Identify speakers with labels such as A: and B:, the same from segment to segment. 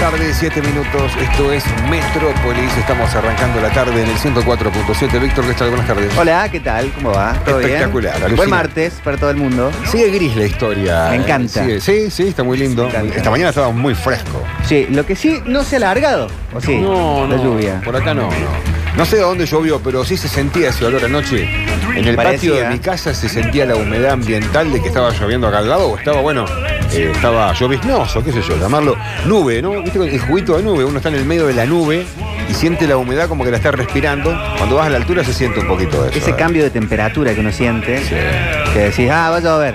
A: tarde, 7 minutos. Esto es Metrópolis. Estamos arrancando la tarde en el 104.7. Víctor, ¿qué tal? Buenas tardes.
B: Hola, ¿qué tal? ¿Cómo va? ¿Todo bien?
A: Espectacular,
B: Buen
A: alucina.
B: martes para todo el mundo.
A: Sigue gris la historia.
B: Me
A: ¿eh?
B: encanta.
A: Sigue- Sí, sí, está muy lindo.
B: Me encanta.
A: Esta mañana estaba muy fresco.
B: Sí, lo que sí, no se ha alargado. ¿O sí? La lluvia.
A: Por acá no, no. No sé de dónde llovió, pero sí se sentía ese olor anoche. En el patio de
B: Parecía.
A: mi casa se sentía la humedad ambiental de que estaba lloviendo acá al lado, o estaba, bueno, eh, estaba lloviznoso, qué sé yo, llamarlo nube, ¿no? Viste el juguito de nube, uno está en el medio de la nube y siente la humedad como que la está respirando. Cuando vas a la altura se siente un poquito de eso.
B: Ese
A: ¿eh?
B: cambio de temperatura que uno siente,
A: Sí. Ah.
B: que decís, ah, va a llover.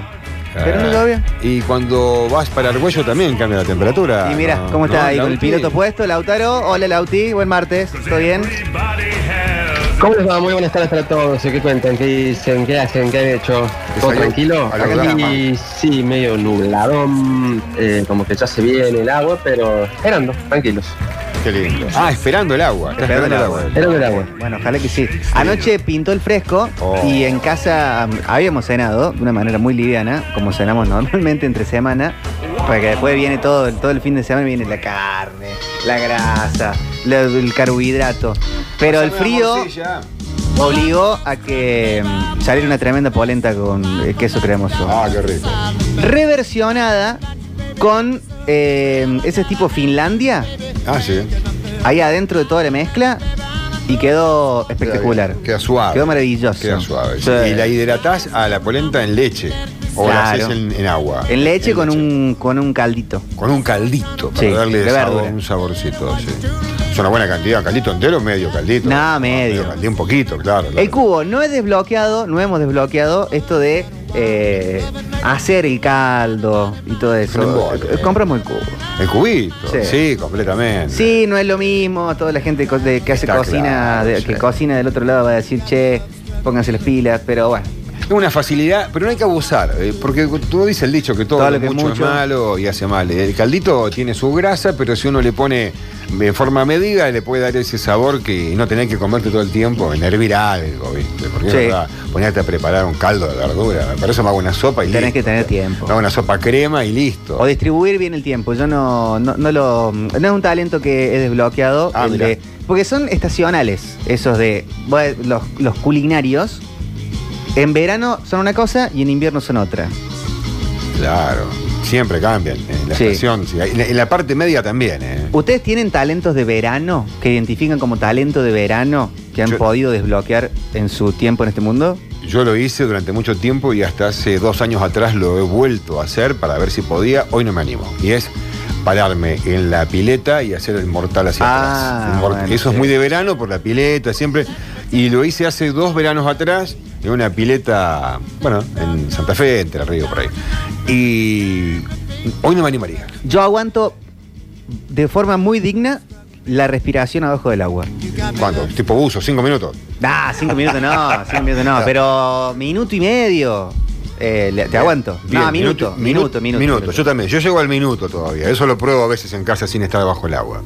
B: Pero no llovió.
A: Y cuando vas para Argüello también cambia la temperatura.
B: Y mira,
A: Ah, No,
B: ¿cómo está
A: no,
B: ahí? Con el
A: Lauti.
B: piloto puesto, Lautaro. Hola, Lauti. Buen martes. ¿Todo bien?
C: ¿Cómo les va? Muy buenas tardes para todos. ¿Qué cuentan? ¿Qué dicen? ¿Qué hacen? ¿Qué han hecho? ¿Todo
A: Desayuno.
C: tranquilo?
A: A la grama.
C: Aquí sí, medio nubladón, eh, como que ya se viene el agua, pero esperando, tranquilos.
A: Qué lindo. Ah, esperando el agua. está
B: Esperando el agua.
C: Esperando el agua.
B: Bueno, ojalá que sí. Anoche pintó el fresco
A: Oh.
B: y en casa um, habíamos cenado de una manera muy liviana, como cenamos normalmente entre semana, porque después viene todo, todo el fin de semana viene la carne, la grasa, la- el carbohidrato. Pero el frío obligó a que um, saliera una tremenda polenta con eh, queso cremoso.
A: Ah, qué rico.
B: Reversionada con eh, ese tipo Finlandia,
A: Ah, sí.
B: ahí adentro de toda la mezcla, y quedó espectacular.
A: Queda suave.
B: Quedó maravilloso.
A: Queda suave.
B: Sí.
A: Y la hidratás a la polenta en leche. O la
B: Claro.
A: haces en, en agua.
B: En leche con un, con un caldito.
A: Con un caldito. Para
B: Sí,
A: darle
B: de
A: sabor,
B: verdura.
A: un saborcito. Sí. Es una buena cantidad. ¿Caldito entero o medio caldito?
B: No, medio.
A: caldito, un poquito, claro. claro.
B: El cubo, no es desbloqueado, no hemos desbloqueado esto de eh, hacer el caldo y todo eso.
A: un embole.
B: Eh, Compramos el cubo.
A: El cubito. Sí,
B: Sí.
A: completamente.
B: Sí, no es lo mismo. Toda la gente co- de- que hace
A: Está
B: cocina,
A: claro,
B: de-
A: sí.
B: que cocina del otro lado va a decir, che, pónganse las pilas, pero bueno.
A: Es una facilidad, pero no hay que abusar, eh, porque tú dices el dicho que todo,
B: Todo
A: lo
B: lo que es
A: mucho,
B: mucho.
A: es malo y hace mal. El caldito tiene su grasa, pero si uno le pone en forma medida, le puede dar ese sabor que no tenés que comerte todo el tiempo en hervir algo, ¿viste? Porque
B: Sí.
A: es verdad, ponerte a preparar un caldo de verdura, para eso me hago una sopa y
B: Tenés
A: listo.
B: que tener tiempo.
A: Me hago una sopa crema y listo.
B: O distribuir bien el tiempo. Yo no, no, no lo. No es un talento que he desbloqueado.
A: Ah,
B: el
A: mirá.
B: de- porque son estacionales, esos de. bueno, Los, los culinarios. En verano son una cosa y en invierno son otra.
A: Claro, siempre cambian en la
B: Sí.
A: estación, sí. en la- en la parte media también. ¿eh?
B: ¿Ustedes tienen talentos de verano que identifican como talento de verano que han
A: Yo-
B: podido desbloquear en su tiempo en este mundo?
A: Yo lo hice durante mucho tiempo y hasta hace dos años atrás lo he vuelto a hacer para ver si podía. Hoy no me animo. Y es pararme en la pileta y hacer el mortal hacia
B: Ah,
A: atrás. El mor-
B: bueno,
A: Eso
B: sí.
A: es muy de verano por la pileta siempre. Y lo hice hace dos veranos atrás en una pileta, bueno, en Santa Fe, entre Río, por ahí. Y hoy no me animaría.
B: Yo aguanto de forma muy digna la respiración abajo del agua.
A: ¿Cuánto? Tipo buzo, cinco minutos.
B: Ah, cinco minutos no, cinco minutos no, pero minuto y medio. eh, le- te aguanto.
A: Bien,
B: no, minuto, minuto, minuto. minuto.
A: Yo también, yo llego al minuto todavía. Eso lo pruebo a veces en casa sin estar bajo el agua.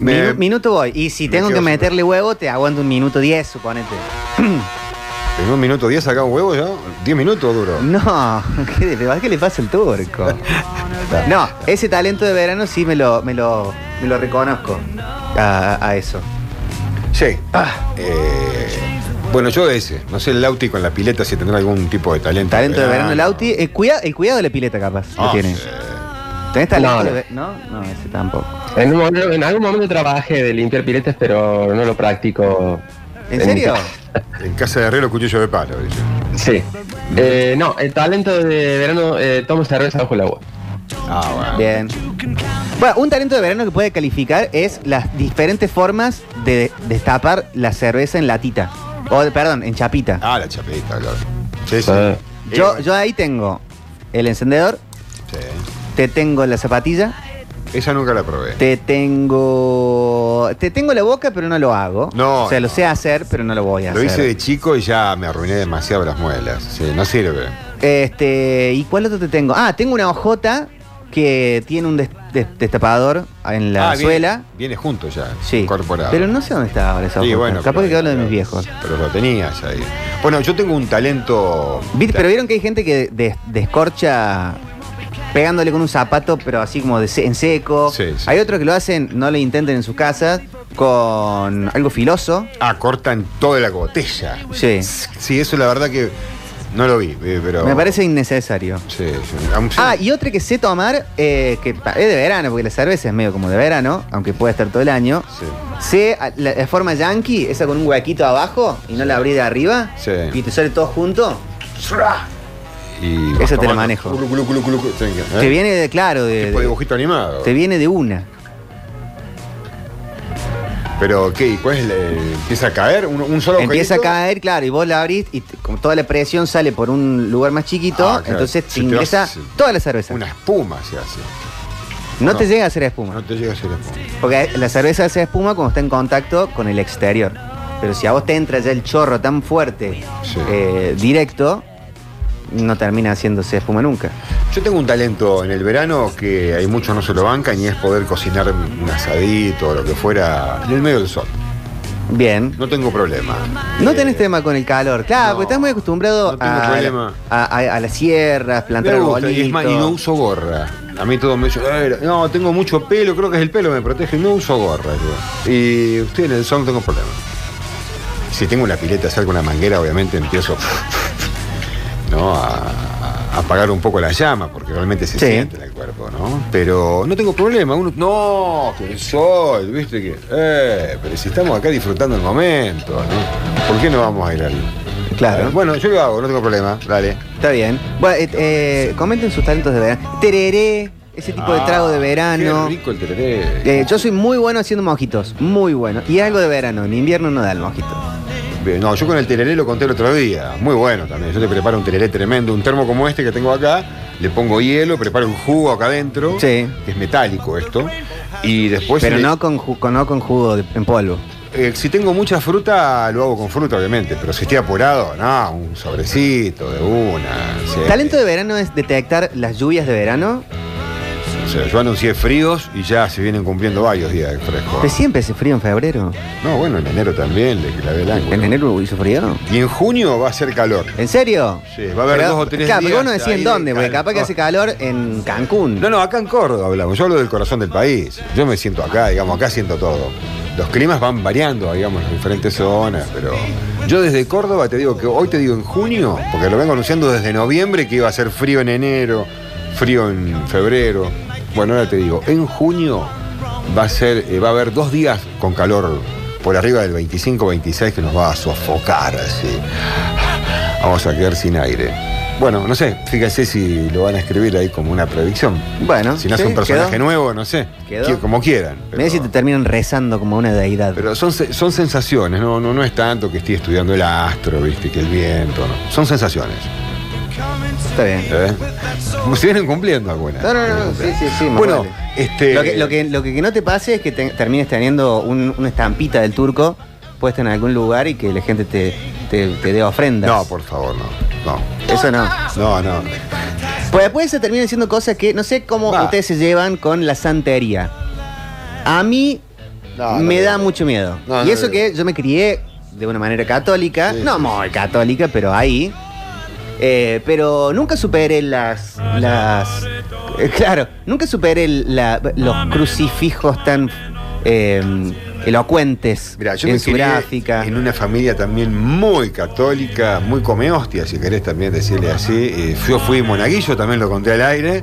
A: Me-
B: Minu- minuto voy. Y si
A: me
B: tengo
A: quedo
B: que
A: sin-
B: meterle huevo, te aguanto un minuto diez, suponete.
A: En un minuto 10 saca un huevo ya, 10 minutos duro.
B: No, ¿qué, le- ¿qué le pasa al turco? No, ese talento de verano sí me lo, me lo, me lo reconozco a, a eso.
A: Sí. Eh, bueno, yo ese. No sé el Lauti con la pileta si tendrá algún tipo de talento.
B: Talento de verano, Lauti. El, cuida- el cuidado de la pileta, capaz, lo
A: Ah,
B: tiene.
A: sí.
B: ¿Tenés talento
C: No,
B: de
C: no.
B: ve- ¿No? No, ese tampoco.
C: En, un momento- en algún momento trabajé de limpiar piletas, pero no lo practico.
B: ¿En serio?
A: En casa de Herrero, cuchillo de palo. dice.
C: Sí. Eh, no, el talento de verano, eh, tomo cerveza bajo el agua.
A: Ah, bueno.
B: Bien. Bueno, un talento de verano que puede calificar es las diferentes formas de destapar la cerveza en latita. O, perdón, en chapita.
A: Ah, la chapita, claro. Sí, sí.
C: Ah.
B: Yo,
A: Eh,
B: yo ahí tengo el encendedor,
A: sí.
B: te tengo la zapatilla,
A: Esa nunca la probé.
B: te tengo. Te tengo la boca, pero no lo hago.
A: No,
B: O sea, lo
A: no.
B: sé hacer, pero no lo voy a
A: Lo hice
B: hacer.
A: de chico y ya me arruiné demasiado las muelas. Sí, no sirve.
B: Este, ¿y cuál otro te tengo? Ah, tengo una hojota que tiene un des- des- destapador en la
A: Ah, viene-
B: suela.
A: Viene, junto ya,
B: Sí.
A: incorporado.
B: Pero no sé dónde está ahora esa
A: Sí,
B: hojota.
A: bueno.
B: Capaz
A: pero-
B: que quedó lo de mis viejos.
A: Pero lo tenías ahí. Bueno, yo tengo un talento.
B: Vi- Pero vieron que hay gente que des- descorcha pegándole con un zapato, pero así como de se- en seco.
A: Sí, sí.
B: Hay otros que lo hacen, no lo intenten en sus casas, con algo filoso.
A: Ah, cortan toda la botella.
B: Sí.
A: Sí, eso la verdad que no lo vi, eh, pero.
B: Me parece innecesario.
A: Sí, sí. Aún-
B: Ah, y otra que sé tomar, eh, que pa- es de verano, porque la cerveza es medio como de verano, aunque puede estar todo el año.
A: Sí.
B: Sé a- la, la forma yankee, esa con un huequito abajo y no la abrí de arriba
A: Sí.
B: y te sale todo junto.
A: Y vas
B: Eso te lo
A: tomando.
B: manejo.
A: Culu, culu, culu, culu, culu. Tengo que-
B: Te
A: ¿eh?
B: viene de, claro, de,
A: Tipo
B: de-
A: dibujito animado.
B: te viene de una.
A: Pero, ¿qué? ¿Cuál es? la- eh, ¿Empieza a caer? ¿Un, un solo
B: Empieza a
A: agujerito?
B: caer, claro, y vos la abrís y te- como toda la presión sale por un lugar más chiquito,
A: Ah, claro. Se
B: entonces te
A: te
B: ingresa
A: hace-
B: toda la cerveza.
A: Una espuma se hace.
B: no, te
A: no.
B: llega a hacer espuma.
A: No te llega a hacer espuma.
B: Porque la cerveza hace espuma cuando está en contacto con el exterior. Pero si a vos te entra ya el chorro tan fuerte,
A: Sí.
B: eh, directo, no termina haciéndose espuma nunca.
A: Yo tengo un talento en el verano que hay muchos no se lo bancan y es poder cocinar un asadito o lo que fuera en el medio del sol.
B: Bien.
A: No tengo problema.
B: No
A: Eh,
B: tenés tema con el calor, claro,
A: no,
B: porque estás muy acostumbrado
A: no tengo
B: a,
A: problema.
B: a, a- a las sierras, plantar
A: Me gusta, y, es
B: arbolitos.
A: más, y no uso gorra. A mí todo me dice, "Eh, no, tengo mucho pelo, creo que es el pelo que me protege, no uso gorra. yo. Y usted en el sol no tengo problema. Si tengo una pileta, salgo una manguera, obviamente empiezo ¿no? a, a apagar un poco la llama, porque realmente se
B: Sí.
A: siente en el cuerpo, ¿no? Pero no tengo problema, uno, no, que el sol, viste que, eh, pero si estamos acá disfrutando el momento, ¿no? ¿Por qué no vamos a ir al...
B: Claro.
A: al- Bueno, yo lo hago, no tengo problema, dale.
B: Está bien. Bueno, eh, eh, comenten sus talentos de verano. Tereré, ese tipo de
A: Ah,
B: trago de verano.
A: Qué rico el tereré.
B: Eh, yo soy muy bueno haciendo mojitos, muy bueno. Y algo de verano, en invierno no da el mojito.
A: Bien, No, yo con el tereré lo conté el otro día. Muy bueno también. Yo te preparo un tereré tremendo, un termo como este que tengo acá. Le pongo hielo, preparo un jugo acá adentro.
B: Sí.
A: Que es metálico esto. Y después.
B: Pero
A: le-
B: no con, ju- con- no con jugo de- en polvo.
A: eh, si tengo mucha fruta, lo hago con fruta, obviamente. Pero si estoy apurado, no, un sobrecito de una. sí.
B: Talento de verano es detectar las lluvias de verano.
A: O sea, yo anuncié fríos y ya se vienen cumpliendo varios días de fresco.
B: Pero siempre hace frío en febrero.
A: No, bueno, en enero también, le clavé el ángulo.
B: ¿En enero hizo frío?
A: Y en junio va a ser calor.
B: ¿En serio?
A: Sí, va a haber
B: Pero-
A: dos o tres
B: Claro, pero
A: días
B: vos no decís
A: ahí
B: en
A: de
B: dónde, porque
A: calor.
B: capaz que hace calor en Cancún.
A: No, no, acá en Córdoba hablamos. Yo hablo del corazón del país. Yo me siento acá, digamos, acá siento todo. Los climas van variando, digamos, en diferentes zonas, pero yo desde Córdoba te digo que hoy te digo en junio, porque lo vengo anunciando desde noviembre que iba a ser frío en enero, frío en febrero. Bueno, ahora te digo, en junio va a ser, eh, va a haber dos días con calor por arriba del 25-26 que nos va a sofocar así. Vamos a quedar sin aire. Bueno, no sé, fíjense si lo van a escribir ahí como una predicción.
B: Bueno,
A: Si no
B: sí,
A: es un personaje
B: quedó.
A: nuevo, no sé.
B: Quedó.
A: Que- Como quieran.
B: Me decís te terminan rezando como una deidad.
A: pero son, se- son sensaciones, no, no, no es tanto que estoy estudiando el astro, viste, que el viento, no. Son sensaciones.
B: Está bien.
A: ¿eh? Como se vienen cumpliendo algunas.
B: No, no, no, no, sí, sí, sí. más
A: Bueno,
B: vale.
A: este.
B: Lo que, lo, que, lo que no te pase es que te- termines teniendo un- una estampita del turco puesta en algún lugar y que la gente te, te, te dé ofrendas.
A: No, por favor, no. No.
B: Eso no.
A: No, no.
B: Pues después se terminan siendo cosas que no sé cómo
A: Va.
B: ustedes se llevan con la santería. A mí
A: No, no
B: me
A: digo.
B: da mucho miedo.
A: No,
B: y
A: no
B: eso
A: digo.
B: que yo me crié de una manera católica,
A: Sí,
B: no
A: sí,
B: muy católica, pero ahí. Eh, pero nunca superé las. las eh, claro, nunca superé la- los crucifijos tan eh, elocuentes
A: Mira, Este, yo
B: en
A: me
B: su
A: crié
B: gráfica.
A: en una familia también muy católica, muy come hostia, si querés también decirle así. Eh, yo fui monaguillo, también lo conté al aire.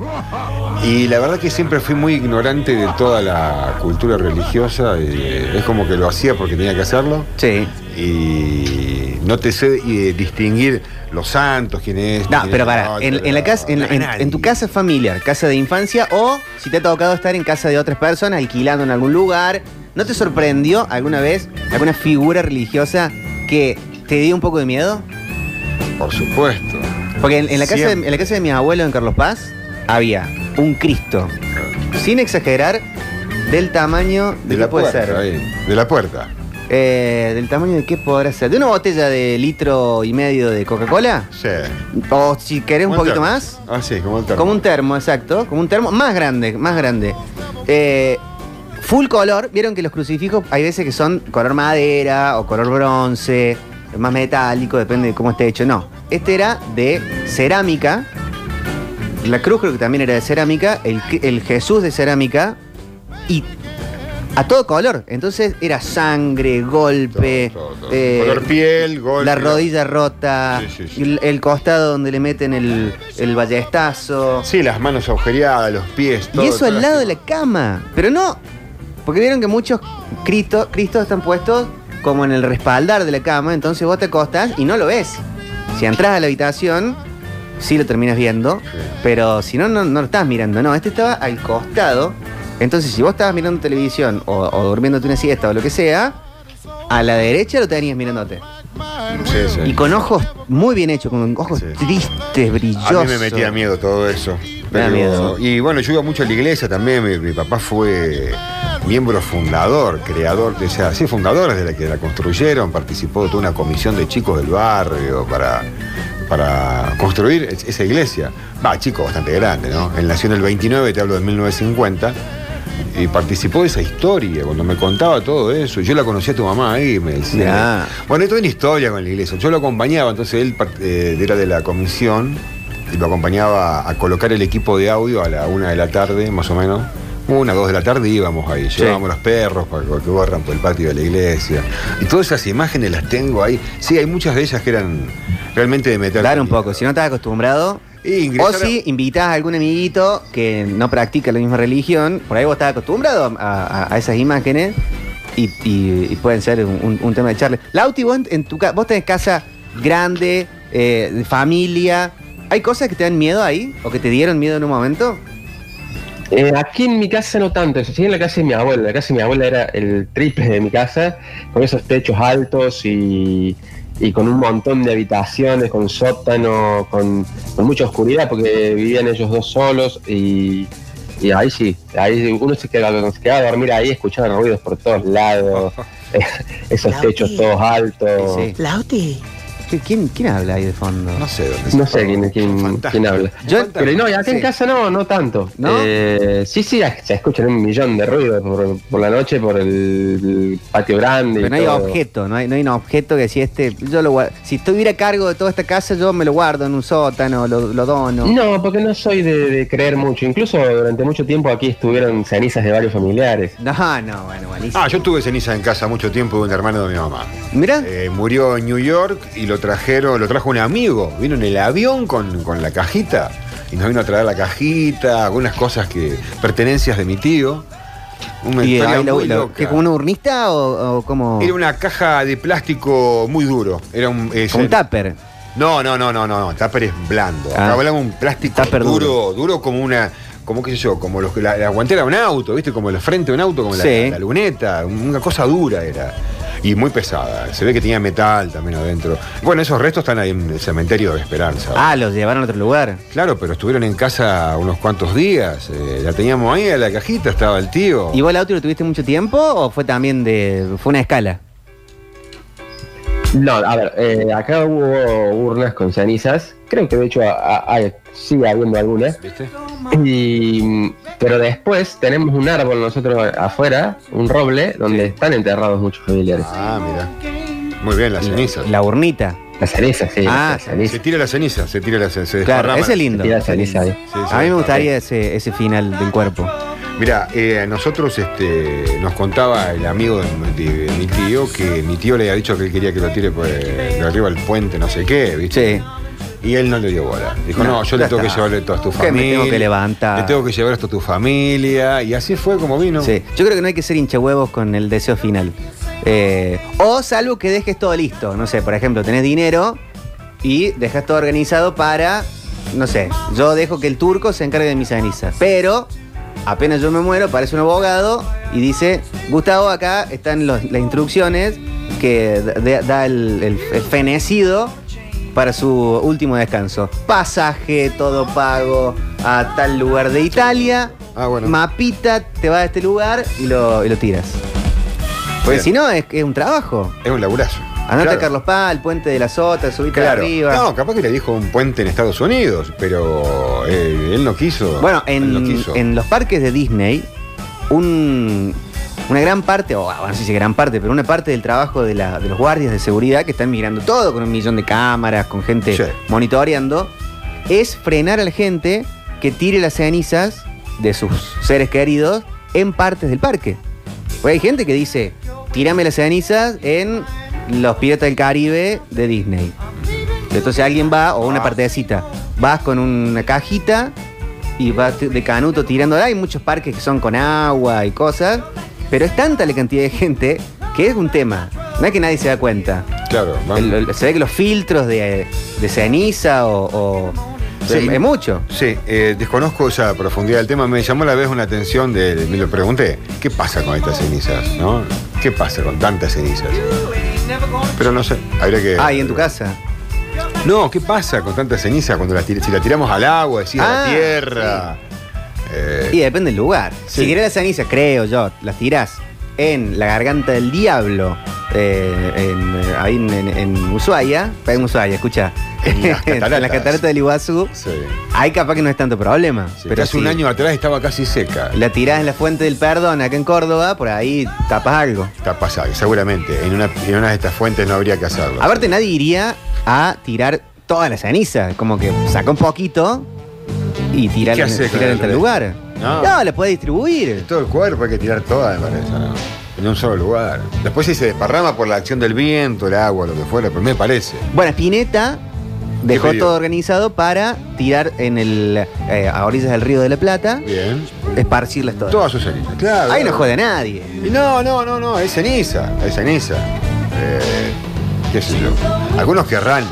A: Y la verdad que siempre fui muy ignorante de toda la cultura religiosa. y, eh, es como que lo hacía porque tenía que hacerlo.
B: Sí.
A: Y no te sé eh, distinguir los santos, quién es. este,
B: No,
A: quién
B: pero
A: es
B: para,
A: otro,
B: en, en la casa, en,
A: no,
B: en-
A: nadie.
B: en tu casa familiar, casa de infancia, o si te ha tocado estar en casa de otras personas, alquilando en algún lugar, ¿no te sorprendió alguna vez alguna figura religiosa que te dio un poco de miedo?
A: Por supuesto.
B: Porque en, en la, casa de,
A: Siempre.
B: en la casa de mi abuelo en Carlos Paz había un Cristo, sin exagerar, del tamaño de,
A: De
B: qué
A: la
B: puede
A: puerta.
B: ser.
A: ahí, de la puerta.
B: Eh, del tamaño de qué podrá ser. De una botella de litro y medio de Coca-Cola,
A: Sí.
B: o si querés un
A: Como el
B: poquito
A: termo.
B: más.
A: Ah, sí, como el termo.
B: Como un termo, exacto. Como un termo más grande, más grande. Eh, full color. Vieron que los crucifijos hay veces que son color madera o color bronce, más metálico, depende de cómo esté hecho. No. Este era de cerámica La cruz creo que también era de cerámica, el, el Jesús de cerámica y a todo color. Entonces era sangre, golpe,
A: Todo, todo, todo.
B: eh,
A: Color piel, golpe.
B: la rodilla rota,
A: Sí, sí, sí.
B: El, el costado donde le meten el, el ballestazo.
A: Sí, las manos agujereadas, los pies, todo.
B: y eso al
A: todo
B: lado de
A: así.
B: la cama. Pero no, porque vieron que muchos cristo- cristos están puestos como en el respaldar de la cama, entonces vos te acostás y no lo ves. Si entras a la habitación, sí lo terminas viendo,
A: Sí.
B: pero si no, no, no lo estás mirando. No, este estaba al costado. Entonces, si vos estabas mirando televisión o, o durmiéndote una siesta o lo que sea, a la derecha lo tenías mirándote.
A: Sí, sí.
B: Y con ojos muy bien hechos, con ojos
A: Sí.
B: tristes,
A: A
B: brillosos.
A: mí me metía miedo todo eso.
B: Me da
A: Pero-
B: miedo.
A: Y bueno, yo iba mucho a la iglesia también. Mi, mi papá fue miembro fundador, creador, de- o sea, sí, fundador de la que la construyeron. Participó de toda una comisión de chicos del barrio para, para construir es- esa iglesia. Va, chico bastante grande, ¿no? Él nació en el 29, te hablo de 1950. Y participó de esa historia, cuando me contaba todo eso. Yo la conocí a tu mamá ahí, me decía.
B: Mirá.
A: Bueno, hay toda una historia con la iglesia. Yo lo acompañaba, entonces él part- eh, era de la comisión y lo acompañaba a colocar el equipo de audio a la una de la tarde, más o menos. Una, dos de la tarde íbamos ahí, llevábamos los perros para que corran por el patio de la iglesia. Y todas esas imágenes las tengo ahí. Sí, hay muchas de ellas que eran realmente de metal.
B: Claro, un poco. Si no estás acostumbrado.
A: Y
B: O
A: ingresar a-
B: si invitas a algún amiguito que no practica la misma religión, por ahí vos estás acostumbrado a, a- a esas imágenes y, y- y pueden ser un, un- un tema de charla. Lauti, vos, en- en tu, ca- vos tenés casa grande, eh, de familia. ¿Hay cosas que te dan miedo ahí? ¿O que te dieron miedo en un momento?
C: Eh, aquí en mi casa no tanto, eso sí en la casa de mi abuela. La casa de mi abuela era el triple de mi casa, con esos techos altos y, y con un montón de habitaciones, con sótano, con, con mucha oscuridad, porque vivían ellos dos solos y, y ahí sí, ahí uno se quedaba, se quedaba a dormir ahí escuchando ruidos por todos lados, eh, esos techos todos altos.
B: Sí.
D: Lauti.
B: ¿Qui- ¿Quién, quién habla ahí de fondo?
A: No sé dónde
C: No
A: se-
C: sé quién, quién-
A: Fantasma.
C: quién habla.
B: Yo-
A: Fantasma.
C: Pero no, y acá en
B: Sí.
C: casa no, no tanto.
B: ¿No?
C: Eh, sí, sí, se escuchan un millón de ruidos por, por la noche, por el, patio grande. y
B: Pero no hay
C: todo.
B: objeto, no hay, no hay un objeto que si este, yo lo guar- si estuviera a cargo de toda esta casa, yo me lo guardo en un sótano, lo, lo dono.
C: No, porque no soy de, de creer mucho. Incluso durante mucho tiempo aquí estuvieron cenizas de varios familiares.
B: No, no, bueno, buenísimo.
A: Ah, yo tuve ceniza en casa mucho tiempo de un hermano de mi mamá.
B: Mira,
A: Eh, murió en New York y lo trajeron, lo trajo un amigo. Vino en el avión con, con la cajita y nos vino a traer la cajita, algunas cosas que. pertenencias de mi tío. Una
B: y
A: historia
B: ahí la-
A: muy
B: la-
A: loca.
B: ¿qué, como un urnista o, o como
A: Era una caja de plástico muy duro. Era un. eh,
B: como un tupper?
A: no, no, no, no, no, no. Tupper es blando.
B: Ah.
A: Acá hablamos de un plástico
B: Tupper
A: duro,
B: duro.
A: duro, como una. Como qué sé yo, como los, que- la, la guantera de un auto, ¿viste? Como el frente de un auto, como la,
B: Sí.
A: la luneta, una cosa dura era. Y muy pesada. Se ve que tenía metal también adentro. Bueno, esos restos están ahí en el cementerio de Esperanza.
B: Ah, los llevaron a otro lugar.
A: Claro, pero estuvieron en casa unos cuantos días. eh, la teníamos ahí en la cajita, estaba el tío.
B: ¿Y vos el auto lo tuviste mucho tiempo o fue también de. fue una escala?
C: No, a ver, eh, acá hubo urnas con cenizas. Creo que de hecho a- a- hay- sigue habiendo algunas.
A: ¿Viste?
C: Y, pero después tenemos un árbol nosotros afuera, un roble, donde están enterrados muchos familiares.
A: Ah, mira. Muy bien, las cenizas.
B: La urnita.
C: La ceniza, sí.
B: Ah,
C: la ceniza.
A: Se tira la ceniza, se tira la ceniza. se
B: Claro,
A: desparrama
B: ese es lindo.
C: Se tira la ceniza ahí.
A: Sí, sí,
B: a mí me
A: está
B: gustaría ese, ese final del cuerpo.
A: Mira, eh, nosotros este, nos contaba el amigo de mi, de mi tío que mi tío le había dicho que él quería que lo tire por, eh, de arriba del puente, no sé qué, ¿viste?
B: Sí.
A: Y él no le dio bola. Dijo,
B: No,
A: no, yo le
B: ya
A: tengo
B: está.
A: que llevarle esto a tu
B: Que me
A: familia.
B: tengo que levantar.
A: Le tengo que llevar esto a tu familia. Y así fue como vino.
B: Sí. Yo creo que no hay que ser hincha huevos con el deseo final. Eh, o salvo que dejes todo listo. No sé, por ejemplo, tenés dinero y dejas todo organizado para. No sé, yo dejo que el turco se encargue de mi ceniza. Pero apenas yo me muero, aparece un abogado y dice: Gustavo, acá están los- las instrucciones que da, da el, el- el fenecido para su último descanso. Pasaje, todo pago a tal lugar de Italia
A: Ah, bueno.
B: mapita, te vas a este lugar y lo, y lo tiras. Porque
A: Bien.
B: si no, es, es un trabajo.
A: Es un laburazo.
B: Andate a
A: Claro.
B: Carlos Paz, el puente de la Sota, subite
A: Claro.
B: arriba.
A: No, capaz que le dijo un puente en Estados Unidos, pero eh, él no quiso.
B: bueno,
A: Él no
B: en,
A: quiso.
B: en los parques de Disney, un- una gran parte, o bueno, no sé si gran parte, pero una parte del trabajo de, la- de los guardias de seguridad que están mirando todo con un millón de cámaras, con gente
A: Sí.
B: monitoreando, es frenar a la gente que tire las cenizas de sus seres queridos en partes del parque. Porque hay gente que dice, tírame las cenizas en Los Piratas del Caribe de Disney. Entonces alguien va, o una partecita, vas con una cajita y vas de canuto tirando. Hay muchos parques que son con agua y cosas, pero es tanta la cantidad de gente que es un tema. No es que nadie se da cuenta.
A: Claro, van-
B: El- el- se ve que los filtros de, de ceniza o... o-
A: Sí.
B: Es mucho.
A: Sí, eh, desconozco esa profundidad del tema. Me llamó la vez una atención de. Me lo pregunté, ¿qué pasa con estas cenizas? ¿No? ¿Qué pasa con tantas cenizas? Pero no sé, habría que.
B: Ah, y en tu casa.
A: No, ¿qué pasa con tantas cenizas cuando las tir- si la tiramos al agua, decís a
B: Ah,
A: la tierra? Eh,
B: Y depende del lugar.
A: Sí.
B: Si querés las cenizas, creo yo, las tirás en la garganta del diablo, eh, en, eh, ahí en, en- en Ushuaia, está en Ushuaia, escucha,
A: En las cataratas.
B: en las cataratas del Iguazú,
A: sí.
B: ahí capaz que no es tanto problema.
A: Sí,
B: pero
A: hace
B: si
A: un año atrás estaba casi seca.
B: La tirás en la fuente del perdón, acá en Córdoba, por ahí tapas algo.
A: Está pasada, seguramente. En una, en una de estas fuentes no habría que hacerlo.
B: Aparte, nadie iría a tirar toda la ceniza, como que saca un poquito y tirar,
A: qué hace con
B: tirar
A: el
B: en tal
A: resto?
B: lugar.
A: No.
B: no, la puedes distribuir.
A: Todo el cuerpo hay que tirar toda, me parece, ¿no? En un solo lugar. Después si se desparrama por la acción del viento, el agua, lo que fuera, pero me parece.
B: Bueno, Spinetta dejó
A: pidió?
B: todo organizado para tirar en el eh, a orillas del río de la Plata,
A: Bien.
B: esparcirlas todas.
A: Todas sus cenizas. Claro.
B: Ahí no
A: claro.
B: jode a nadie.
A: Y No, no, no, no, es ceniza, es ceniza. Eh, qué sé yo. Algunos querrán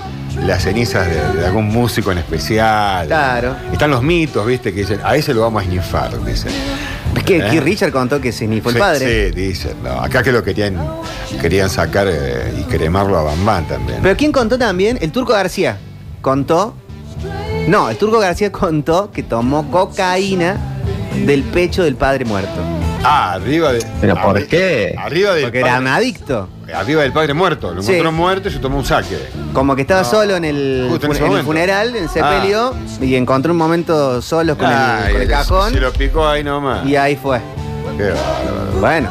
A: las cenizas de, de algún músico en especial.
B: Claro.
A: Están los mitos, viste, que dicen, a ese lo vamos a esnifar, dicen.
B: Es que
A: ¿Eh?
B: Keith Richard contó que se ni fue el
A: Sí,
B: padre.
A: Sí, dicen. No, acá que lo querían, querían sacar eh, y cremarlo a Bambán también.
B: Pero ¿quién contó también? El Turco García contó. No, el Turco García contó que tomó cocaína del pecho del padre muerto.
A: Ah, arriba de. Ah,
C: ¿Pero por
A: arri-
C: qué?
A: Arriba del,
B: Porque era un
A: padre,
B: adicto.
A: arriba del padre muerto. Lo
B: Sí.
A: encontró muerto y se tomó un saque.
B: Como que estaba solo en el,
A: Ah. Justo en
B: fun-
A: ese
B: en el
A: momento. Ah.
B: funeral, en el sepelio, y encontró un momento solo con, el-
A: Ay,
B: con el,
A: Ah, se-
B: cajón.
A: Se lo picó ahí nomás.
B: Y ahí fue.
A: Qué bárbaro.
B: Bueno,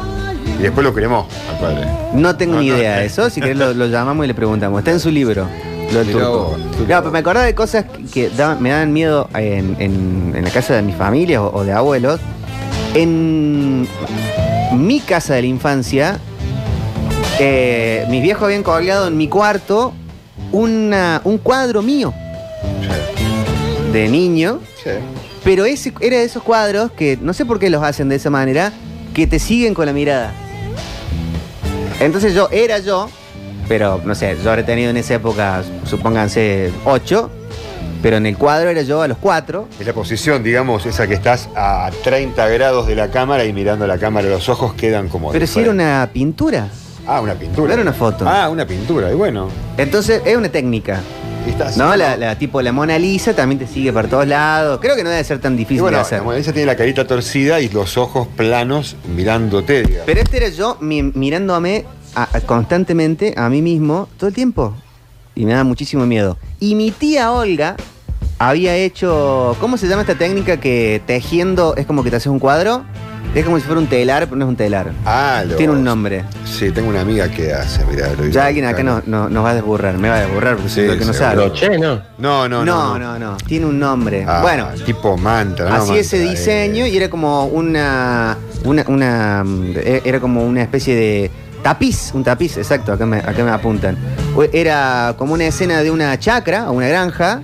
A: Y después lo cremó al padre.
B: no tengo
A: No,
B: ni
A: no,
B: idea
A: eh.
B: de eso. Si querés lo, lo llamamos y le preguntamos. Está en su libro, lo del
A: Mirá
B: turco.
A: vos,
B: No,
A: turco.
B: pero me acordaba de cosas que daban- me daban miedo en, en- en la casa de mis familias o, o de abuelos. En mi casa de la infancia, eh, mis viejos habían colgado en mi cuarto una- un cuadro mío
A: Sí,
B: de niño.
A: sí.
B: Pero ese era de esos cuadros que no sé por qué los hacen de esa manera, que te siguen con la mirada. Entonces yo era yo, pero no sé, yo habré tenido en esa época, supónganse, ocho, pero en el cuadro era yo a los cuatro.
A: Es la posición, digamos, esa que estás a 30 grados de la cámara y mirando la cámara, los ojos quedan como.
B: Pero
A: de
B: si era
A: frente.
B: una pintura.
A: Ah, una pintura.
B: No era una foto.
A: Ah, una pintura. Y bueno,
B: Entonces es una técnica,
A: estás.
B: ¿no? La, la- tipo la Mona Lisa también te sigue por todos lados. Creo que no debe ser tan
A: Y
B: difícil
A: bueno,
B: de
A: la
B: hacer.
A: Mona Lisa tiene la carita torcida y los ojos planos mirándote, digamos.
B: Pero este era yo mi- mirándome a- a- constantemente a mí mismo todo el tiempo. Y me daba muchísimo miedo. Y mi tía Olga había hecho. ¿Cómo se llama esta técnica que tejiendo es como que te haces un cuadro? Es como si fuera un telar, pero no es un telar.
A: Ah, los-
B: Tiene un nombre.
A: Sí, tengo una amiga que hace, mirá. lo digo.
B: Ya alguien acá no- no- nos va a desburrar, me va a desburrar porque
A: Sí,
B: es lo que no
A: seguro.
B: sabe.
C: Broche, ¿no?
A: No, no, no.
B: No, no, no, Tiene un nombre.
A: Ah,
B: bueno,
A: Tipo mantra, ¿no?
B: Así ese
A: Mantra,
B: diseño
A: eh.
B: y era como una, una, una, mm, e- era como una especie de tapiz, un tapiz, exacto, acá me, acá me apuntan. O- Era como una escena de una chacra o una granja,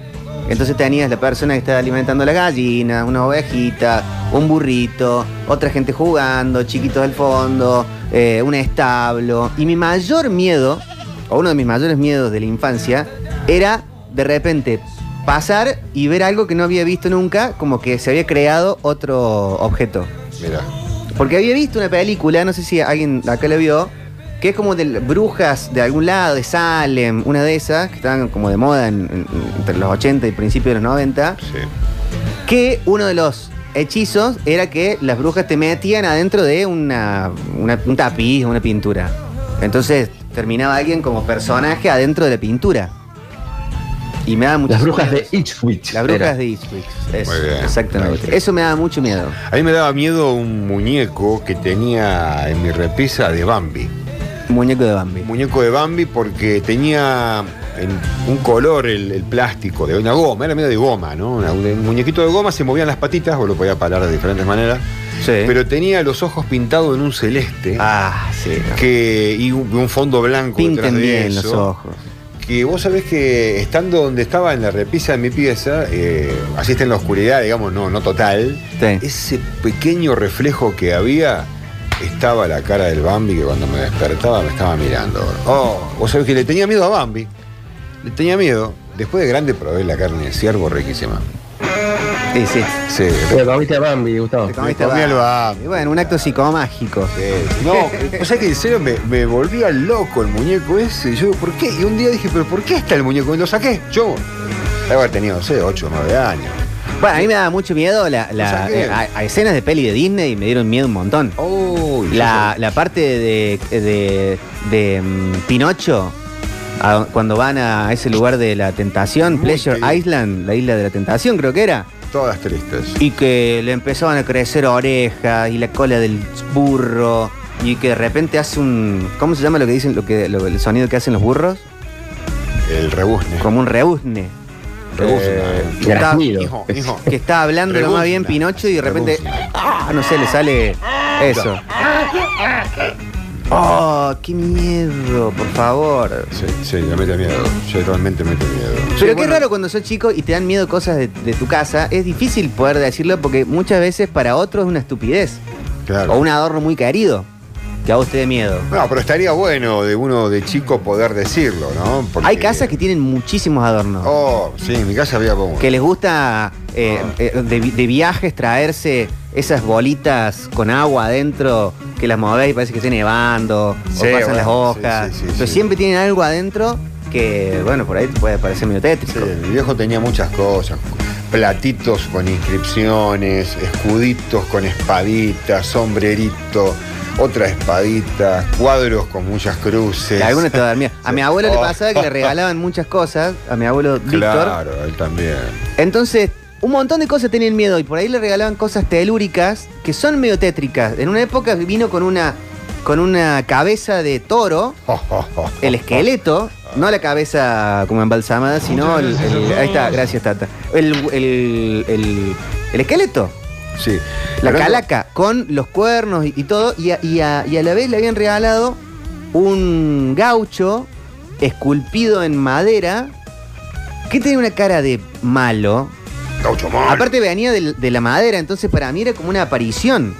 B: entonces tenías la persona que estaba alimentando las gallinas, una ovejita, un burrito, otra gente jugando, chiquitos al fondo, eh, un establo. Y mi mayor miedo, o uno de mis mayores miedos de la infancia, era de repente pasar y ver algo que no había visto nunca, como que se había creado otro objeto.
A: Mirá.
B: Porque había visto una película, no sé si alguien acá la vio, que es como de l- brujas de algún lado, de Salem, una de esas, que estaban como de moda en- en- entre los 80 y principios de los 90,
A: Sí.
B: que uno de los hechizos era que las brujas te metían adentro de una, una- un tapiz, una pintura. Entonces terminaba alguien como personaje adentro de la pintura. Y me daba mucho
C: Las brujas de Ipswich.
B: las
C: era.
B: brujas de Eastwick. Eso,
A: Muy bien.
B: exactamente.
A: Perfecto.
B: Eso me da mucho miedo.
A: A mí me daba miedo un muñeco que tenía en mi repisa de Bambi.
B: Muñeco de Bambi.
A: muñeco de Bambi porque tenía en un color el, el plástico, de una goma, era medio de goma, ¿no? Una- un muñequito de goma, se movían las patitas, vos lo podías parar de diferentes maneras,
B: Sí.
A: pero tenía los ojos pintados en un celeste
B: ah, sí. no.
A: que, y un, un fondo blanco detrás
B: Pinten
A: de
B: bien los
A: eso,
B: ojos.
A: que vos sabés que estando donde estaba en la repisa de mi pieza, eh, así está en la oscuridad, digamos, no, no total,
B: Sí.
A: ese pequeño reflejo que había estaba la cara del Bambi que cuando me despertaba me estaba mirando. Oh, vos sabés que le tenía miedo a Bambi. Le tenía miedo. Después de grande probé la carne de ciervo riquísima.
B: Sí, sí.
A: Sí.
C: Te comiste a Bambi, Gustavo.
B: Te comiste
A: comí
B: el
A: el
B: Bambi.
A: Bambi.
B: Bueno, un acto psicomágico.
A: Sí. No, o sea que en serio me, me volvía loco el muñeco ese. Yo, ¿por qué? Y un día dije, ¿pero por qué está el muñeco? Y lo saqué. Yo, debe haber tenido, no sé, 8 o 9 años.
B: Bueno, a mí me daba mucho miedo la, la-
A: O sea, ¿qué?
B: eh, a, a escenas de peli de Disney y me dieron miedo un montón.
A: Oh,
B: La, la parte de, de, de, mm, Pinocho, a- cuando van a ese lugar de la tentación,
A: Muy
B: Pleasure
A: bien.
B: Island, la isla de la tentación creo que era,
A: Todas tristes.
B: y que le empezaban a crecer orejas y la cola del burro, y que de repente hace un... ¿Cómo se llama lo que dicen, lo que, lo- el sonido que hacen los burros?
A: El rebuzne.
B: Como un rebuzne.
C: Eh,
A: Rebuzna.
B: que está-
C: Graznido.
A: Hijo, hijo.
B: que está hablando lo más bien Pinocho y de repente,
A: Rebuzna.
B: ah, no sé, le sale eso. Oh, qué miedo, por favor.
A: Sí, sí, me mete miedo. Yo realmente me mete miedo.
B: Pero qué raro cuando sos chico y te dan miedo cosas de, de tu casa. Es difícil poder decirlo porque muchas veces para otros es una estupidez
A: Claro.
B: o un adorno muy querido que a vos te dé miedo.
A: No, pero estaría bueno de uno de chico poder decirlo, ¿no? Porque-
B: Hay casas que tienen muchísimos adornos.
A: Oh, sí, en mi casa había como.
B: Que les gusta eh, eh, de, vi- de viajes traerse esas bolitas con agua adentro que las movés y parece que esté nevando
A: Sí,
B: o pasan
A: bueno,
B: las hojas.
A: sí, sí, sí,
B: Pero
A: sí.
B: siempre tienen algo adentro que, bueno, por ahí te puede parecer medio
A: Sí,
B: tétrico.
A: mi viejo tenía muchas cosas. Platitos con inscripciones, escuditos con espaditas, sombrerito, otra espadita, cuadros con muchas cruces.
B: Que a algunos te va a dar miedo. A mi abuelo le
A: Oh.
B: pasaba que le regalaban muchas cosas, a mi abuelo Víctor.
A: Claro, él también.
B: Entonces, un montón de cosas tenían miedo y por ahí le regalaban cosas telúricas que son medio tétricas. En una época vino con una, con una cabeza de toro. el esqueleto, no la cabeza como embalsamada, sino el, el- ahí está, gracias Tata. El, el- el- el esqueleto,
A: Sí.
B: la
A: Hablando-
B: calaca, con los cuernos y, y todo, y a, y a- y a la vez le habían regalado un gaucho esculpido en madera que tenía una cara de malo.
A: Gaucho Mor.
B: Aparte venía del- de, la madera, entonces para mí era como una aparición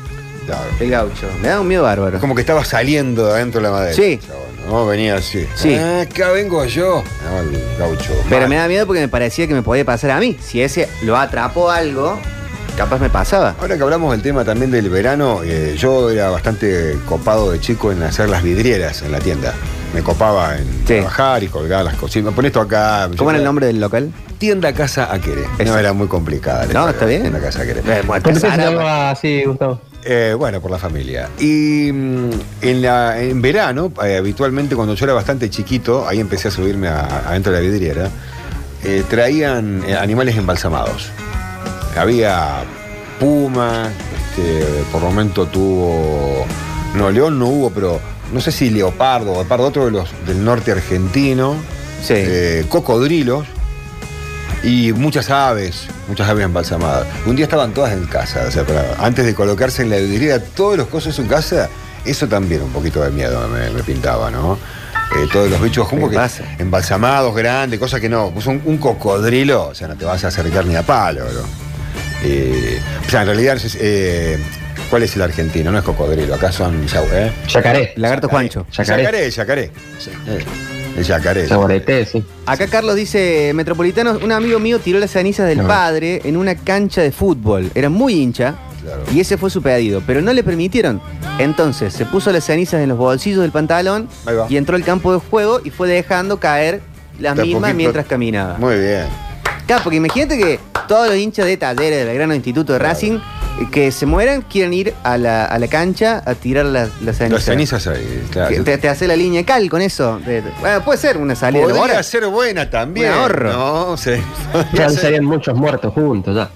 A: Claro.
B: el gaucho. Me da un miedo bárbaro.
A: Como que estaba saliendo de adentro de la madera.
B: Sí.
A: chabón, No, venía así.
B: Sí. Ah,
A: Ah, acá vengo yo. No, el gaucho.
B: Pero
A: mal.
B: me da miedo porque me parecía que me podía pasar a mí. Si ese lo atrapó algo, capaz me pasaba.
A: Ahora que hablamos del tema también del verano, eh, yo era bastante copado de chico en hacer las vidrieras en la tienda. Me copaba en
B: Sí.
A: trabajar y colgar las cositas. Pon esto acá.
B: ¿Cómo era el
A: Yo-
B: nombre del local?
A: Tienda Casa Aquere. No
B: Esa.
A: era muy complicada. la historia,
B: No, está bien.
A: Tienda Casa Aquere.
B: Eh, bueno,
C: ¿Por qué se
B: Casarama.
C: llamaba así, ah, Gustavo?
A: Eh, bueno, por la familia. Y mm, en, la- en verano, eh, habitualmente cuando yo era bastante chiquito, ahí empecé a subirme a- adentro de la vidriera, eh, traían eh, animales embalsamados. Había puma, este, por momento tuvo... No, león no hubo, pero no sé si leopardo, leopardo, otro de los del norte argentino,
B: Sí.
A: eh, cocodrilos y muchas aves, muchas aves embalsamadas. Un día estaban todas en casa, o sea, para- antes de colocarse en la vidriera todos los cosas en su casa, eso también un poquito de miedo me, me pintaba, ¿no? Eh, todos los bichos como
B: ¿Qué
A: que
B: pasa?
A: embalsamados, grandes, cosas que no. Puso un, un cocodrilo, o sea, no te vas a acercar ni a palo, ¿no? Eh, o sea, en realidad, eh, ¿cuál es el argentino? No es cocodrilo, acá son. ¿eh?
C: Yacaré.
B: Lagarto Juancho.
C: Yacaré.
A: Yacaré, yacaré. Sí, eh, El yacaré.
C: Saboreté, sí.
B: Acá Carlos dice, Metropolitanos, un amigo mío tiró las cenizas del
C: Ajá.
B: padre en una cancha de fútbol. Era muy hincha
A: Claro.
B: y ese fue su pedido, pero no le permitieron. Entonces se puso las cenizas en los bolsillos del pantalón
A: Ahí va.
B: y entró al campo de juego y fue dejando caer las
A: De a
B: mismas
A: poquito.
B: mientras caminaba.
A: Muy bien.
B: Claro, porque imagínate que todos los hinchas de Talleres, de Belgrano, Instituto de
A: Claro.
B: Racing, eh, que se mueran, quieren ir a la, a la cancha a tirar las las cenizas.
A: Las cenizas ahí,
B: Que
A: claro.
B: Te, te hace la línea de cal con eso. De- de- bueno, puede ser una salida
A: Podría
B: laboral.
A: ser buena también.
B: Un ahorro.
A: No, se-
C: Ya serían muchos muertos juntos, ya.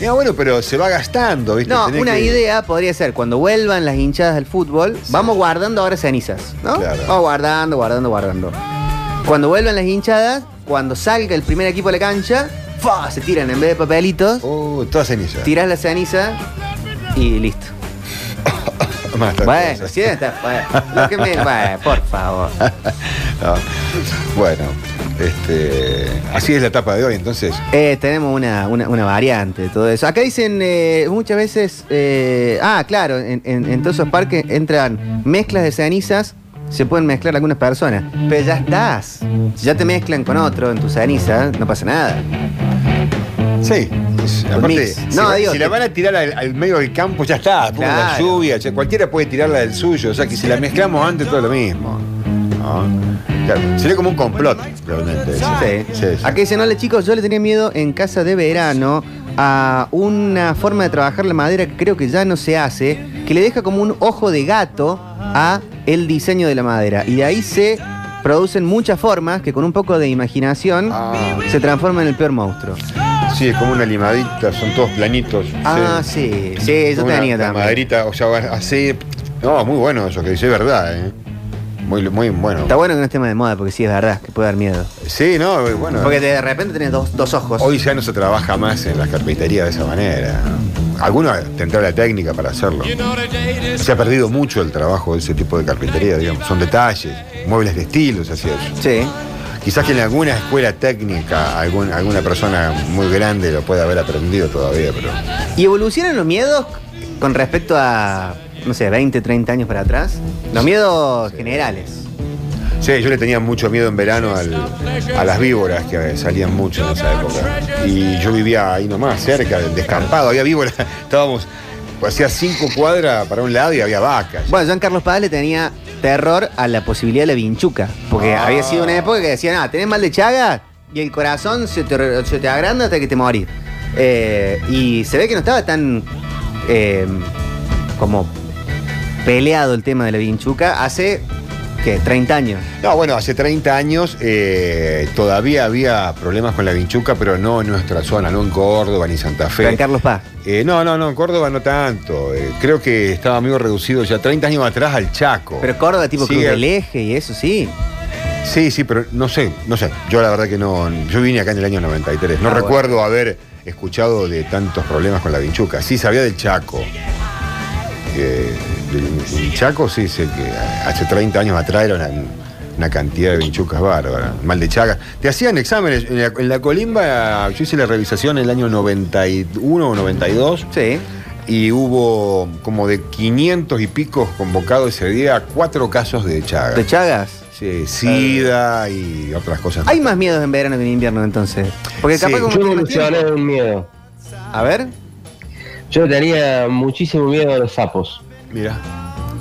A: Ya, bueno, pero se va gastando, ¿viste?
B: No,
A: Tenés
B: una
A: que-
B: idea podría ser, cuando vuelvan las hinchadas del fútbol, vamos guardando ahora cenizas, ¿no?
A: Claro.
B: Vamos guardando, guardando, guardando. Cuando vuelvan las hinchadas, cuando salga el primer equipo a la cancha, ¡fua! se tiran en vez de papelitos,
A: Uh, toda ceniza.
B: tiras la ceniza y listo.
A: Más tarde.
B: Bueno, sí, está. Bueno, lo que me- bueno, por favor.
A: No. Bueno, este, así es la etapa de hoy, entonces.
B: Eh, tenemos una, una- una variante de todo eso. Acá dicen eh, muchas veces, eh, ah, claro, en, en- en todos esos parques entran mezclas de cenizas, se pueden mezclar algunas personas, pero ya estás. Si ya te mezclan con otro en tu ceniza, no pasa nada.
A: Sí. es- Aparte,
B: mix.
A: si,
B: No,
A: la,
B: digo,
A: si la
B: te-
A: van a tirar al, al medio del campo, ya está. Tuvo la
B: Claro.
A: lluvia, ya- cualquiera puede tirarla del suyo. O sea, que si la mezclamos antes, todo lo mismo. ¿no? Claro, sería como un complot, realmente. eso.
B: Sí.
A: Sí, sí.
B: Aquí dicen, hola chicos, yo le tenía miedo en casa de verano a una forma de trabajar la madera que creo que ya no se hace, que le deja como un ojo de gato a el diseño de la madera. Y de ahí se producen muchas formas que con un poco de imaginación
A: Ah.
B: se transforman en el peor monstruo.
A: Sí, es como una limadita, son todos planitos.
B: Ah, sí, sí, yo
A: Como una-
B: tenía
A: la
B: también.
A: maderita, o sea, va- así. No, muy bueno eso que dice, es verdad, ¿eh? Muy, muy bueno.
B: Está bueno que no esté más de moda, porque sí es verdad, que puede dar miedo.
A: Sí, no, eh, bueno.
B: Porque de repente tenés dos, dos ojos.
A: Hoy ya no se trabaja más en las carpinterías de esa manera. Algunos tendrán la técnica para hacerlo. Se ha perdido mucho el trabajo de ese tipo de carpintería, digamos. Son detalles, muebles de estilos, así es.
B: Sí.
A: Quizás que en alguna escuela técnica algún- alguna persona muy grande lo pueda haber aprendido todavía, pero.
B: ¿Y evolucionan los miedos con respecto a, no sé, 20, 30 años para atrás? Los miedos generales.
A: Sí, yo le tenía mucho miedo en verano al- a las víboras que salían mucho en esa época. Y yo vivía ahí nomás, cerca, del descampado. Había víboras, estábamos, hacía cinco cuadras para un lado y había vacas.
B: Bueno, Juan Carlos Paz le tenía terror a la posibilidad de la vinchuca, porque
A: Ah.
B: había sido una época que decían, ah, tenés mal de chaga y el corazón se te, re- se te agranda hasta que te morís. Eh, y se ve que no estaba tan eh, como peleado el tema de la vinchuca hace, ¿qué? 30 años.
A: No, bueno, hace 30 años eh, todavía había problemas con la vinchuca, pero no en nuestra zona, no en Córdoba ni Santa
B: Juan
A: Fe.
B: Carlos Paz.
A: Eh, no, no, no, en Córdoba no tanto. Eh, creo que estaba medio reducido ya 30 años atrás al Chaco.
B: Pero Córdoba tipo
A: Sí,
B: Cruz
A: eh.
B: del Eje y eso, sí.
A: Sí, sí, pero no sé, no sé. Yo la verdad que no. Yo vine acá en el año 93. No
B: Ah, bueno.
A: recuerdo haber escuchado de tantos problemas con la vinchuca. Sí, sabía del Chaco. Eh, del- del Chaco, sí, sé que hace 30 años atrás era una, una cantidad de vinchucas bárbara. Mal de Chaga. Te hacían exámenes. En la, en la colimba, yo hice la revisación en el año 91 o 92.
B: Sí.
A: Y hubo como de 500 y picos convocados ese día, cuatro casos de Chaga.
B: ¿De Chagas?
A: Sí, SIDA y otras cosas.
B: Hay más miedos en verano que en invierno entonces. Porque capaz
A: Sí,
B: como
A: ¿Cómo
C: Yo
B: tiene más tiempo.
C: evolucioné de un miedo.
B: A ver.
C: Yo tenía muchísimo miedo a los sapos.
A: Mira.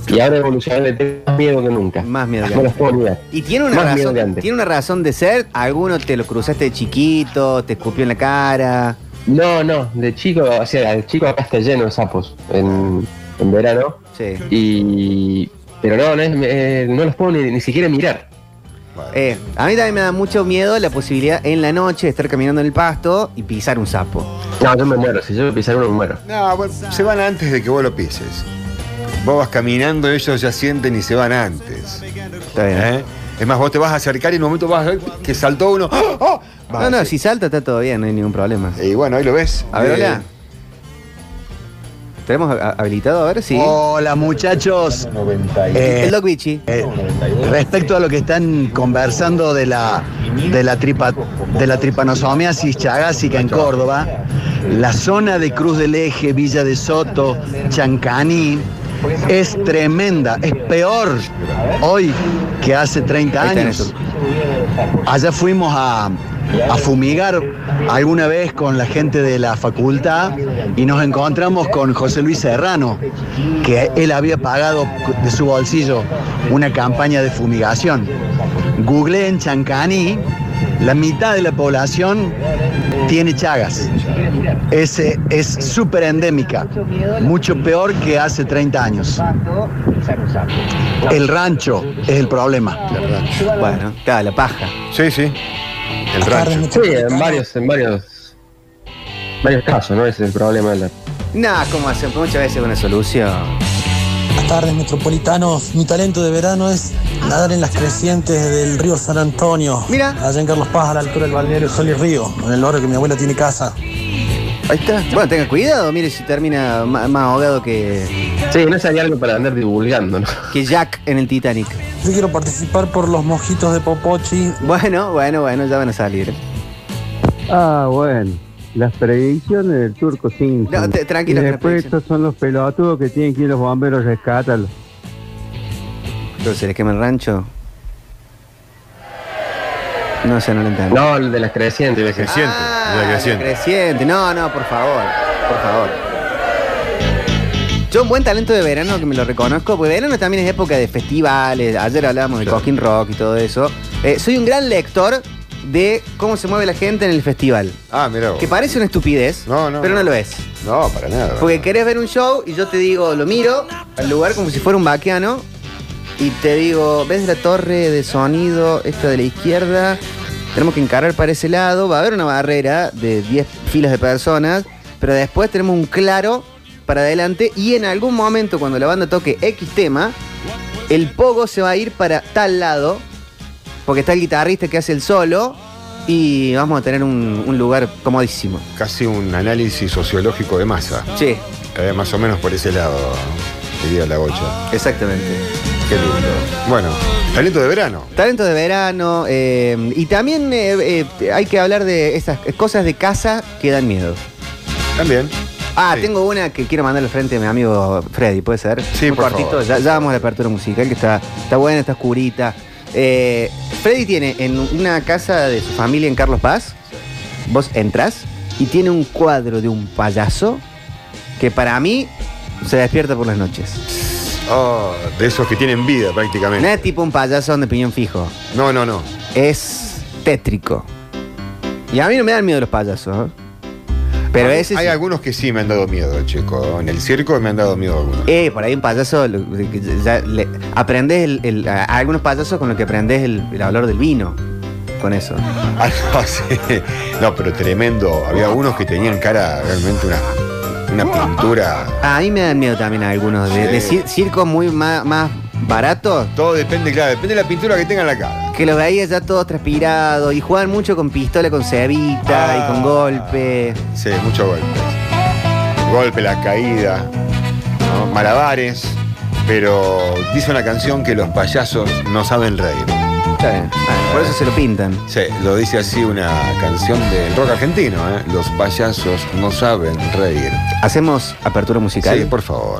C: Y ahora evolucioné, le tengo más miedo que nunca.
B: Más miedo que
C: No los puedo mirar.
B: Y tiene una
C: Más miedo
B: razón.
C: que antes.
B: Tiene una razón de ser. Alguno te lo cruzaste de chiquito, te escupió en la cara.
C: No, no, de chico, o sea, de chico acá está lleno de sapos en, en verano.
B: Sí.
C: Y. Pero no, no, es- eh, no los puedo ni, ni siquiera mirar.
B: Eh, a mí también me da mucho miedo la posibilidad en la noche de estar caminando en el pasto y pisar un sapo.
C: No, yo me muero, si yo pisar uno me muero.
A: No, bueno, se van antes de que vos lo pises. Vos vas caminando, ellos ya sienten y se van antes.
B: Está bien.
A: ¿eh? Es más, vos te vas a acercar y en un momento vas a ver que saltó uno. ¡Ah! ¡Ah!
B: No, no, si salta está todo bien, no hay ningún problema.
A: Y bueno, ahí lo ves.
B: A ver,
A: Eh,
B: hola. ¿Tenemos ha- habilitado? A ver, sí.
D: Hola muchachos,
A: 90 y-
D: Oh, Eh,
B: El Doc Bichi.
D: Eh, respecto a lo que están conversando de la de la tripa de la tripanosomiasis chagásica en Córdoba, la zona de Cruz del Eje, Villa de Soto, Chancaní es tremenda, es peor hoy que hace 30
B: Ahí tenés
D: años. Allá fuimos a, a fumigar alguna vez con la gente de la facultad y nos encontramos con José Luis Serrano, que él había pagado de su bolsillo una campaña de fumigación. Googleé en Chancaní, la mitad de la población tiene chagas. Ese es súper endémica, mucho peor que hace 30 años. El rancho es el problema.
B: Bueno, claro, la paja.
A: Sí, sí. El rancho.
C: Sí, en varios, en varios. Varios casos, ¿no? Ese es el problema. de la-
B: Pues No, como hacen muchas veces una solución.
E: Buenas tardes, metropolitanos. Mi talento de verano es nadar en las crecientes del río San Antonio.
B: Mira.
E: Allá en Carlos Paz, a la altura del balneario Sol y Río, en el barrio que mi abuela tiene casa.
B: Ahí está. Bueno, tenga cuidado, mire si termina ma- más ahogado que,
C: Sí, no sería algo para andar divulgando, ¿no?
B: que Jack en el Titanic.
E: Yo quiero participar por los mojitos de Popochi.
B: Bueno, bueno, bueno, ya van a salir.
F: Ah, bueno. Las predicciones del turco 5.
B: No, te- tranquilo,
F: Y
B: que las
F: después
B: predicciones-
F: estos son los pelotudos que tienen que ir los bomberos a rescatarlos.
B: Pero se les quema el rancho. No sé, no lo entiendo.
C: No, el de las crecientes.
A: De la creciente.
B: Ah,
A: de la creciente.
B: creciente. No, no, por favor. Por favor. Yo un buen talento de verano que me lo reconozco, porque verano también es época de festivales, ayer hablábamos de
A: Claro.
B: Cosquín Rock y todo eso. Eh, soy un gran lector de cómo se mueve la gente en el festival.
A: Ah, mira.
B: Que parece una estupidez,
A: No, no,
B: pero no
A: no.
B: lo es.
A: No, para nada.
B: Porque querés ver un show y yo te digo, lo miro al lugar como si fuera un vaquiano y te digo, ves la torre de sonido, esta de la izquierda, tenemos que encarar para ese lado, va a haber una barrera de 10 filas de personas, pero después tenemos un claro para adelante y en algún momento cuando la banda toque X tema, el pogo se va a ir para tal lado, porque está el guitarrista que hace el solo y vamos a tener un, un lugar comodísimo.
A: Casi un análisis sociológico de masa.
B: Sí,
A: Eh, más o menos por ese lado, diría la bocha.
B: exactamente.
A: Qué lindo. Bueno, talento de verano.
B: Talentos de verano. eh, y también eh, eh, hay que hablar de esas cosas de casa que dan miedo.
A: También.
B: Ah,
A: Sí.
B: tengo una que quiero mandarle frente a mi amigo Freddy, ¿puede ser?
A: Sí,
B: Muy
A: por
B: cortito,
A: favor.
B: Ya, ya vamos a la apertura musical que está, está buena, está oscurita. Eh, Freddy tiene en una casa de su familia en Carlos Paz, vos entras y tiene un cuadro de un payaso que para mí se despierta por las noches.
A: Oh, de esos que tienen vida
B: No
A: prácticamente.
B: es tipo un payaso de piñón fijo.
A: No, no, no.
B: es tétrico. Y a mí no me dan miedo los payasos. ¿eh? Pero
A: Hay-
B: ese
A: Hay
B: sí.
A: algunos que sí me han dado miedo, chico. En el circo me han dado miedo algunos.
B: Eh, por ahí un payaso. lo- que ya le- aprendes el, el- a- a algunos payasos con los que aprendes el, el olor del vino. Con eso.
A: Ah, no, sí. No, pero tremendo. Había algunos que tenían cara realmente una, una pintura.
B: A mí me dan miedo también algunos. De, de
A: Sí.
B: cir- circos muy más, más baratos.
A: Todo depende, claro, depende de la pintura que tenga en la cara.
B: Que los veías ya todos transpirados. Y juegan mucho con pistola, con cebita y con
A: Ah.
B: golpe.
A: Sí, muchos golpes. Golpe, la caída, ¿no? malabares. Pero dice una canción que los payasos no saben reír.
B: Está bien. Bueno, por eso se lo pintan.
A: Sí, lo dice así una canción del rock argentino, ¿eh? Los payasos no saben reír.
B: Hacemos apertura musical.
A: Sí, por favor.